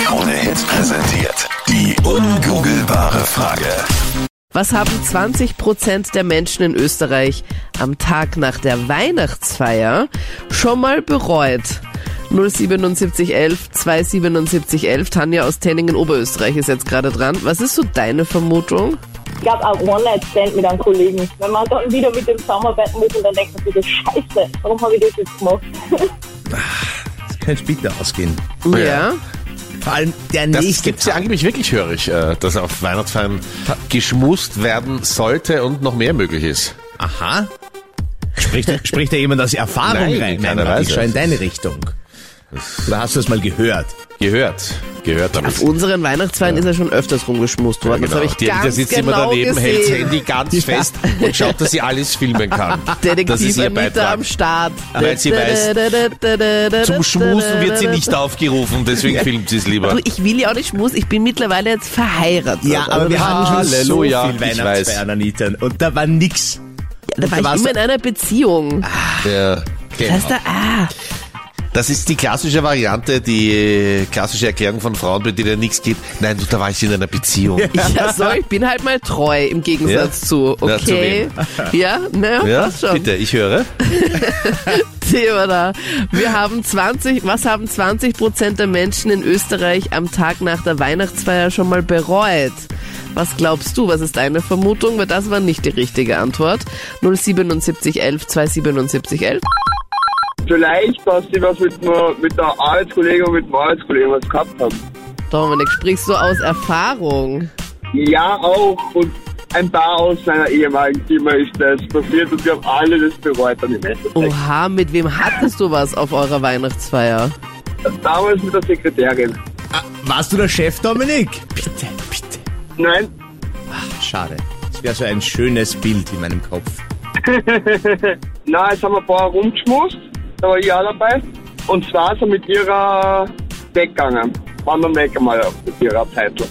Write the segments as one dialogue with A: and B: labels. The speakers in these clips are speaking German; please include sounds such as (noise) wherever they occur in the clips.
A: Krone Hits präsentiert. Die ungoogelbare Frage.
B: Was haben 20% der Menschen in Österreich am Tag nach der Weihnachtsfeier schon mal bereut? 07711 27711 Tanja aus Tenningen, Oberösterreich ist jetzt gerade dran. Was ist so deine Vermutung?
C: Ich gab auch One-Night-Stand mit einem Kollegen. Wenn man dann wieder mit dem zusammenarbeiten muss und dann denkt man sich, das scheiße, warum habe ich das jetzt gemacht?
D: Das kann jetzt bitter ausgehen.
E: Oh
B: Ja.
D: Vor allem der
E: Das
D: nächste
E: gibt's ja angeblich wirklich, höre ich, äh, dass auf Weihnachtsfeiern geschmust werden sollte und noch mehr möglich ist.
D: Aha. (laughs) Spricht, spricht da jemand aus Erfahrung
E: Nein,
D: rein?
E: keiner
D: Nein,
E: weiß
D: ich schaue in
E: es.
D: deine Richtung. Oder hast du das mal gehört?
E: Gehört. Gehört damit.
B: Auf unseren Weihnachtsfeiern ist er schon öfters rumgeschmust worden. Das habe ich
E: Die-
B: ganz
E: da sitzt
B: genau
E: jemand daneben,
B: gesehen.
D: Äh,
E: hält das Handy ganz fest und
B: (laughs)
E: schaut, dass sie alles filmen kann. das ist
B: Detektiv
E: ihr
B: Anita
E: Beitrag.
B: am Start.
E: Weil sie
B: weiß,
E: Zum Schmusen wird sie
B: (laughs)
E: nicht aufgerufen, deswegen filmt sie es lieber.
B: Du, ich will ja auch nicht schmusen, ich bin mittlerweile jetzt verheiratet. Also das-
E: Halleluja,
D: viel
E: ich
D: Weihnachtsfeiern, Anita. Und da war nix.
B: Da
D: Da
B: war ich
D: war's-
B: immer in einer Beziehung.
E: Ah, Ja, genau.
B: Das heißt, da, ah,
E: Das ist die klassische Variante, die äh, klassische Erklärung von Frauen, bei denen nichts geht. Nein, du, da war ich in einer Beziehung. (laughs)
B: ja, so, ich bin halt mal treu im Gegensatz
E: Ja?
B: zu,
E: Na, zu
B: okay. (laughs) (laughs) ja, naja,
E: Ja,
B: passt schon.
E: bitte, ich höre.
B: Thema da. Wir haben 20, was haben 20 Prozent der Menschen in Österreich am Tag nach der Weihnachtsfeier schon mal bereut? Was glaubst du? Was ist deine Vermutung? Weil das war nicht die richtige Antwort. 07711 27711.
F: Vielleicht, dass sie was mit, dem- mit der Arbeitskollegin und mit dem Arbeitskollegen was gehabt haben.
B: Dominik, sprichst du aus Erfahrung?
F: Ja, auch. Und ein paar aus seiner ehemaligen Firma ist das passiert und wir haben alle das bereut dann im Endeffekt.
B: Oha, mit wem hattest du was auf eurer Weihnachtsfeier?
F: Also Damals mit der Sekretärin.
D: Ah, warst du der Chef, Dominik? Bitte, bitte.
F: Nein,
D: Schade. Das wäre so ein schönes Bild in meinem Kopf.
F: nein, jetzt haben wir ein paar rumgeschmust. Da war ich auch dabei. Und zwar sind wir mit ihrer weggegangen. Waren wir weg einmal mit ihrer Abteilung.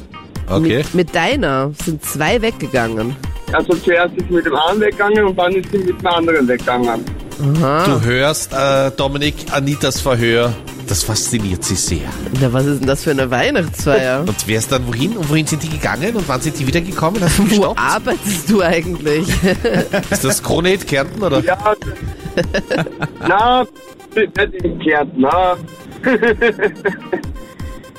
E: Okay.
B: Mit, mit deiner sind zwei weggegangen.
F: Also zuerst ist sie mit dem einen weggegangen und dann ist sie mit dem anderen weggegangen.
B: Ah.
E: Du hörst, äh, Dominik, Anitas Verhör. Das fasziniert sie sehr.
B: Na, was ist denn das für eine Weihnachtsfeier?
E: Und wer ist dann wohin? Und wohin sind die gegangen? Und wann sind die wiedergekommen? Hast du
B: Wo
E: gestoppt?
B: arbeitest du eigentlich?
E: Ist das Kronet Kärnten oder?
F: Ja, na, nicht in Kärnten, na. (laughs)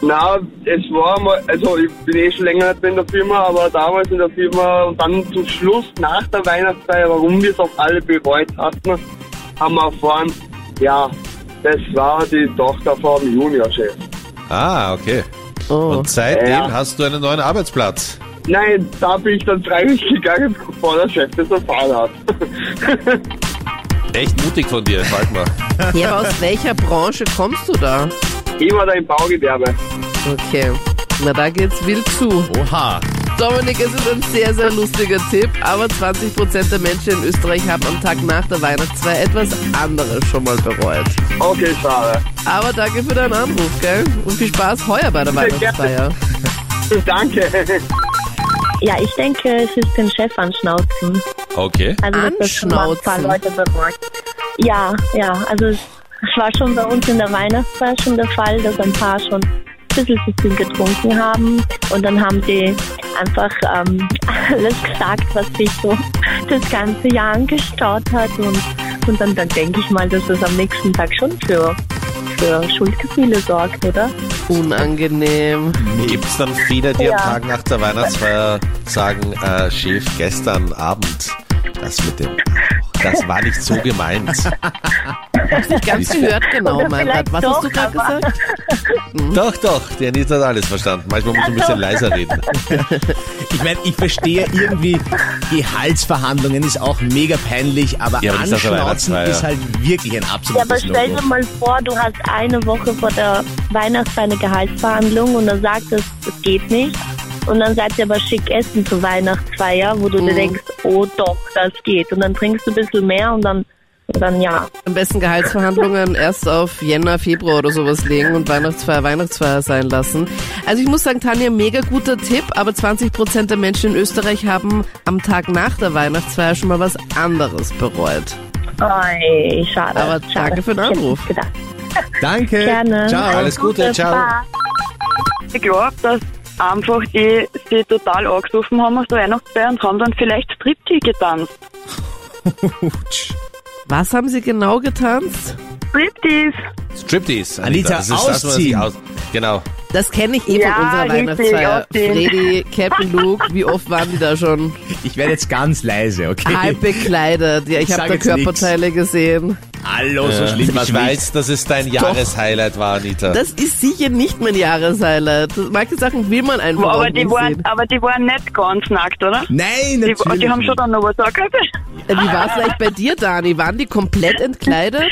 F: na, es war mal, also ich bin eh schon länger nicht mehr in der Firma, aber damals in der Firma und dann zum Schluss nach der Weihnachtsfeier, warum wir es auch alle bereut hatten, haben wir erfahren, ja, das war die Tochter vom Juniorchef.
E: Ah, okay.
B: Oh.
E: Und seitdem
F: Ja.
E: hast du einen neuen Arbeitsplatz.
F: Nein, da bin ich dann freiwillig gegangen, bevor der Chef das erfahren hat. (laughs)
E: Echt mutig von dir, frag mal.
B: Ja, aber aus welcher Branche kommst du da?
F: ich war da im Baugewerbe.
B: Okay. Na, da geht's wild zu.
D: Oha.
B: Dominik, es ist ein sehr, sehr lustiger Tipp, aber 20% der Menschen in Österreich haben am Tag nach der Weihnachtsfeier etwas anderes schon mal bereut.
F: Okay, schade.
B: Aber danke für deinen Anruf, gell? Und viel Spaß heuer bei der
F: Sehr gerne.
B: Weihnachtsfeier.
F: (laughs) Danke.
G: Ja, ich denke, es ist den Chef anschnauzen.
E: Okay.
G: Also dass das schon mal ein paar
B: Anschnauzen?
G: Leute bemerkt. Ja, ja. Also es es war schon bei uns in der Weihnachtsfeier schon der Fall, dass ein paar schon ein bisschen zu viel getrunken haben und dann haben die einfach ähm, (laughs) alles gesagt, was sich so das ganze Jahr angestaut hat und, und dann, dann denke ich mal, dass das am nächsten Tag schon für, für Schuldgefühle sorgt, oder? (laughs)
B: Unangenehm.
E: Gibt es dann viele, die
G: Ja.
E: am Tag nach der Weihnachtsfeier sagen, äh, Chef, gestern Abend, das mit dem, das war nicht so gemeint.
B: Nicht ganz gehört, genau,
G: Oder
B: mein
G: vielleicht
B: Gott. Was hast du
G: doch,
B: gerade
G: aber-
B: gesagt?
E: doch, doch, die Anita hat alles verstanden. Manchmal muss ich ein bisschen leiser reden.
D: Ich meine, ich verstehe irgendwie, Gehaltsverhandlungen ist auch mega peinlich, aber,
E: Ja, aber das ist doch eine
D: Anschnauzen
E: Weihnachtsfeier.
D: ist halt wirklich ein
G: Ja, aber
D: absolutes
G: stell
D: No-Go.
G: dir mal vor, du hast eine Woche vor der Weihnachtsfeier eine Gehaltsverhandlung und dann sagt es, es geht nicht. Und dann seid ihr aber schick essen zur Weihnachtsfeier, wo du
B: Mhm.
G: dir denkst, oh doch, das geht. Und dann trinkst du ein bisschen mehr und dann, und dann ja.
B: Am besten Gehaltsverhandlungen erst auf Jänner, Februar oder sowas legen und Weihnachtsfeier, Weihnachtsfeier sein lassen. Also ich muss sagen, Tanja, mega guter Tipp, aber 20% der Menschen in Österreich haben am Tag nach der Weihnachtsfeier schon mal was anderes bereut.
G: Ei, schade.
B: Aber
G: schade.
B: danke für den Äh,
G: Ich hätte
B: Anruf.
G: nicht gedacht.
D: Danke.
G: Gerne.
D: Ciao.
E: Alles Gute, ciao.
G: Baba.
H: Ich glaube, dass einfach die sie total angesoffen haben auf der Weihnachtsfeier und haben dann vielleicht Striptease getanzt.
D: Hutsch.
B: Was haben sie genau getanzt?
H: Striptease!
E: Striptease.
D: Anita,
E: das ist das, was ich
D: ausziehen.
E: aus genau.
B: Das kenne ich eh
H: Ja,
B: von unserer
H: richtig,
B: Weihnachtsfeier.
H: ausziehen.
B: Freddy, Captain Luke, wie oft waren die da
D: (laughs)
B: schon?
D: Ich werde jetzt ganz leise, okay?
G: Ah,
B: Halb bekleidet. Ja, ich
D: Ich sag
B: habe da
D: jetzt nix.
B: Körperteile gesehen.
D: Hallo, so
E: Ja.
D: schlimm
E: Ich
D: war's nicht.
E: weiß, dass es dein Jahreshighlight war, Anita.
B: Das ist sicher nicht mein Jahreshighlight. Manche Sachen will man einfach auch
H: Aber
B: nicht
H: die, waren,
B: sehen.
H: aber die waren nicht ganz nackt, oder?
D: Nein,
H: Die,
D: natürlich.
H: die haben schon dann noch was angehabt. (laughs)
B: Äh, Wie war es vielleicht bei dir, Dani? Waren die komplett entkleidet?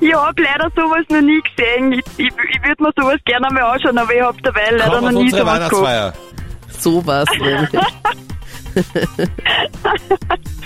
H: Ich habe leider sowas noch nie gesehen. Ich, ich, ich würde mir sowas gerne mal anschauen, aber ich habe dabei leider
E: Komm auf
H: noch nie
E: unsere
H: sowas gehabt.
E: Weihnachtsfeier.
B: Sowas nämlich.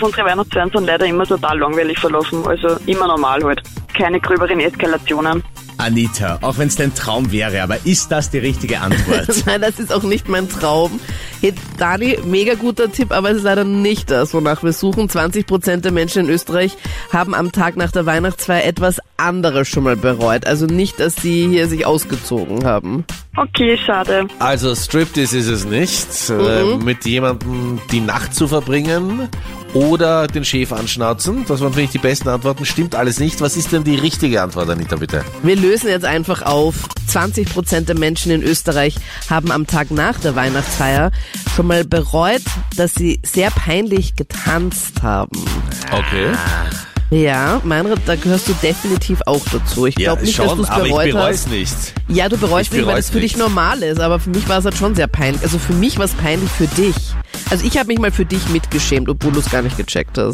H: Unsere Weihnachtsfeiern sind leider immer total langweilig verlaufen, also immer normal halt. Keine gröberen Eskalationen.
D: Anita, auch wenn es dein Traum wäre, aber ist das die richtige Antwort?
B: Nein, das ist auch nicht mein Traum. Hey, Dani, mega guter Tipp, aber es ist leider nicht das, wonach wir suchen. 20% der Menschen in Österreich haben am Tag nach der Weihnachtsfeier etwas anderes schon mal bereut. Also nicht, dass sie hier sich ausgezogen haben.
H: Okay, schade.
E: Also Striptease ist es nicht.
B: Mhm.
E: Äh, mit jemandem die Nacht zu verbringen oder den Chef anschnauzen. Das waren für mich die besten Antworten. Stimmt alles nicht. Was ist denn die richtige Antwort, Anita, bitte?
B: Wir lösen jetzt einfach auf. 20% der Menschen in Österreich haben am Tag nach der Weihnachtsfeier schon mal bereut, dass sie sehr peinlich getanzt haben.
E: Okay.
B: Ja, Meinrad, da gehörst du definitiv auch dazu. Ich glaube nicht, dass
E: schon,
B: du es
E: aber ich
B: bereut
E: bereue
B: hast.
E: es nicht.
B: Ja, du bereust
E: Ich
B: nicht, weil
E: bereu's
B: es für dich
E: nicht.
B: normal ist, aber für mich war es halt schon sehr peinlich. Also für mich war es peinlich für dich. Also ich habe mich mal für dich mitgeschämt, obwohl du es gar nicht gecheckt hast.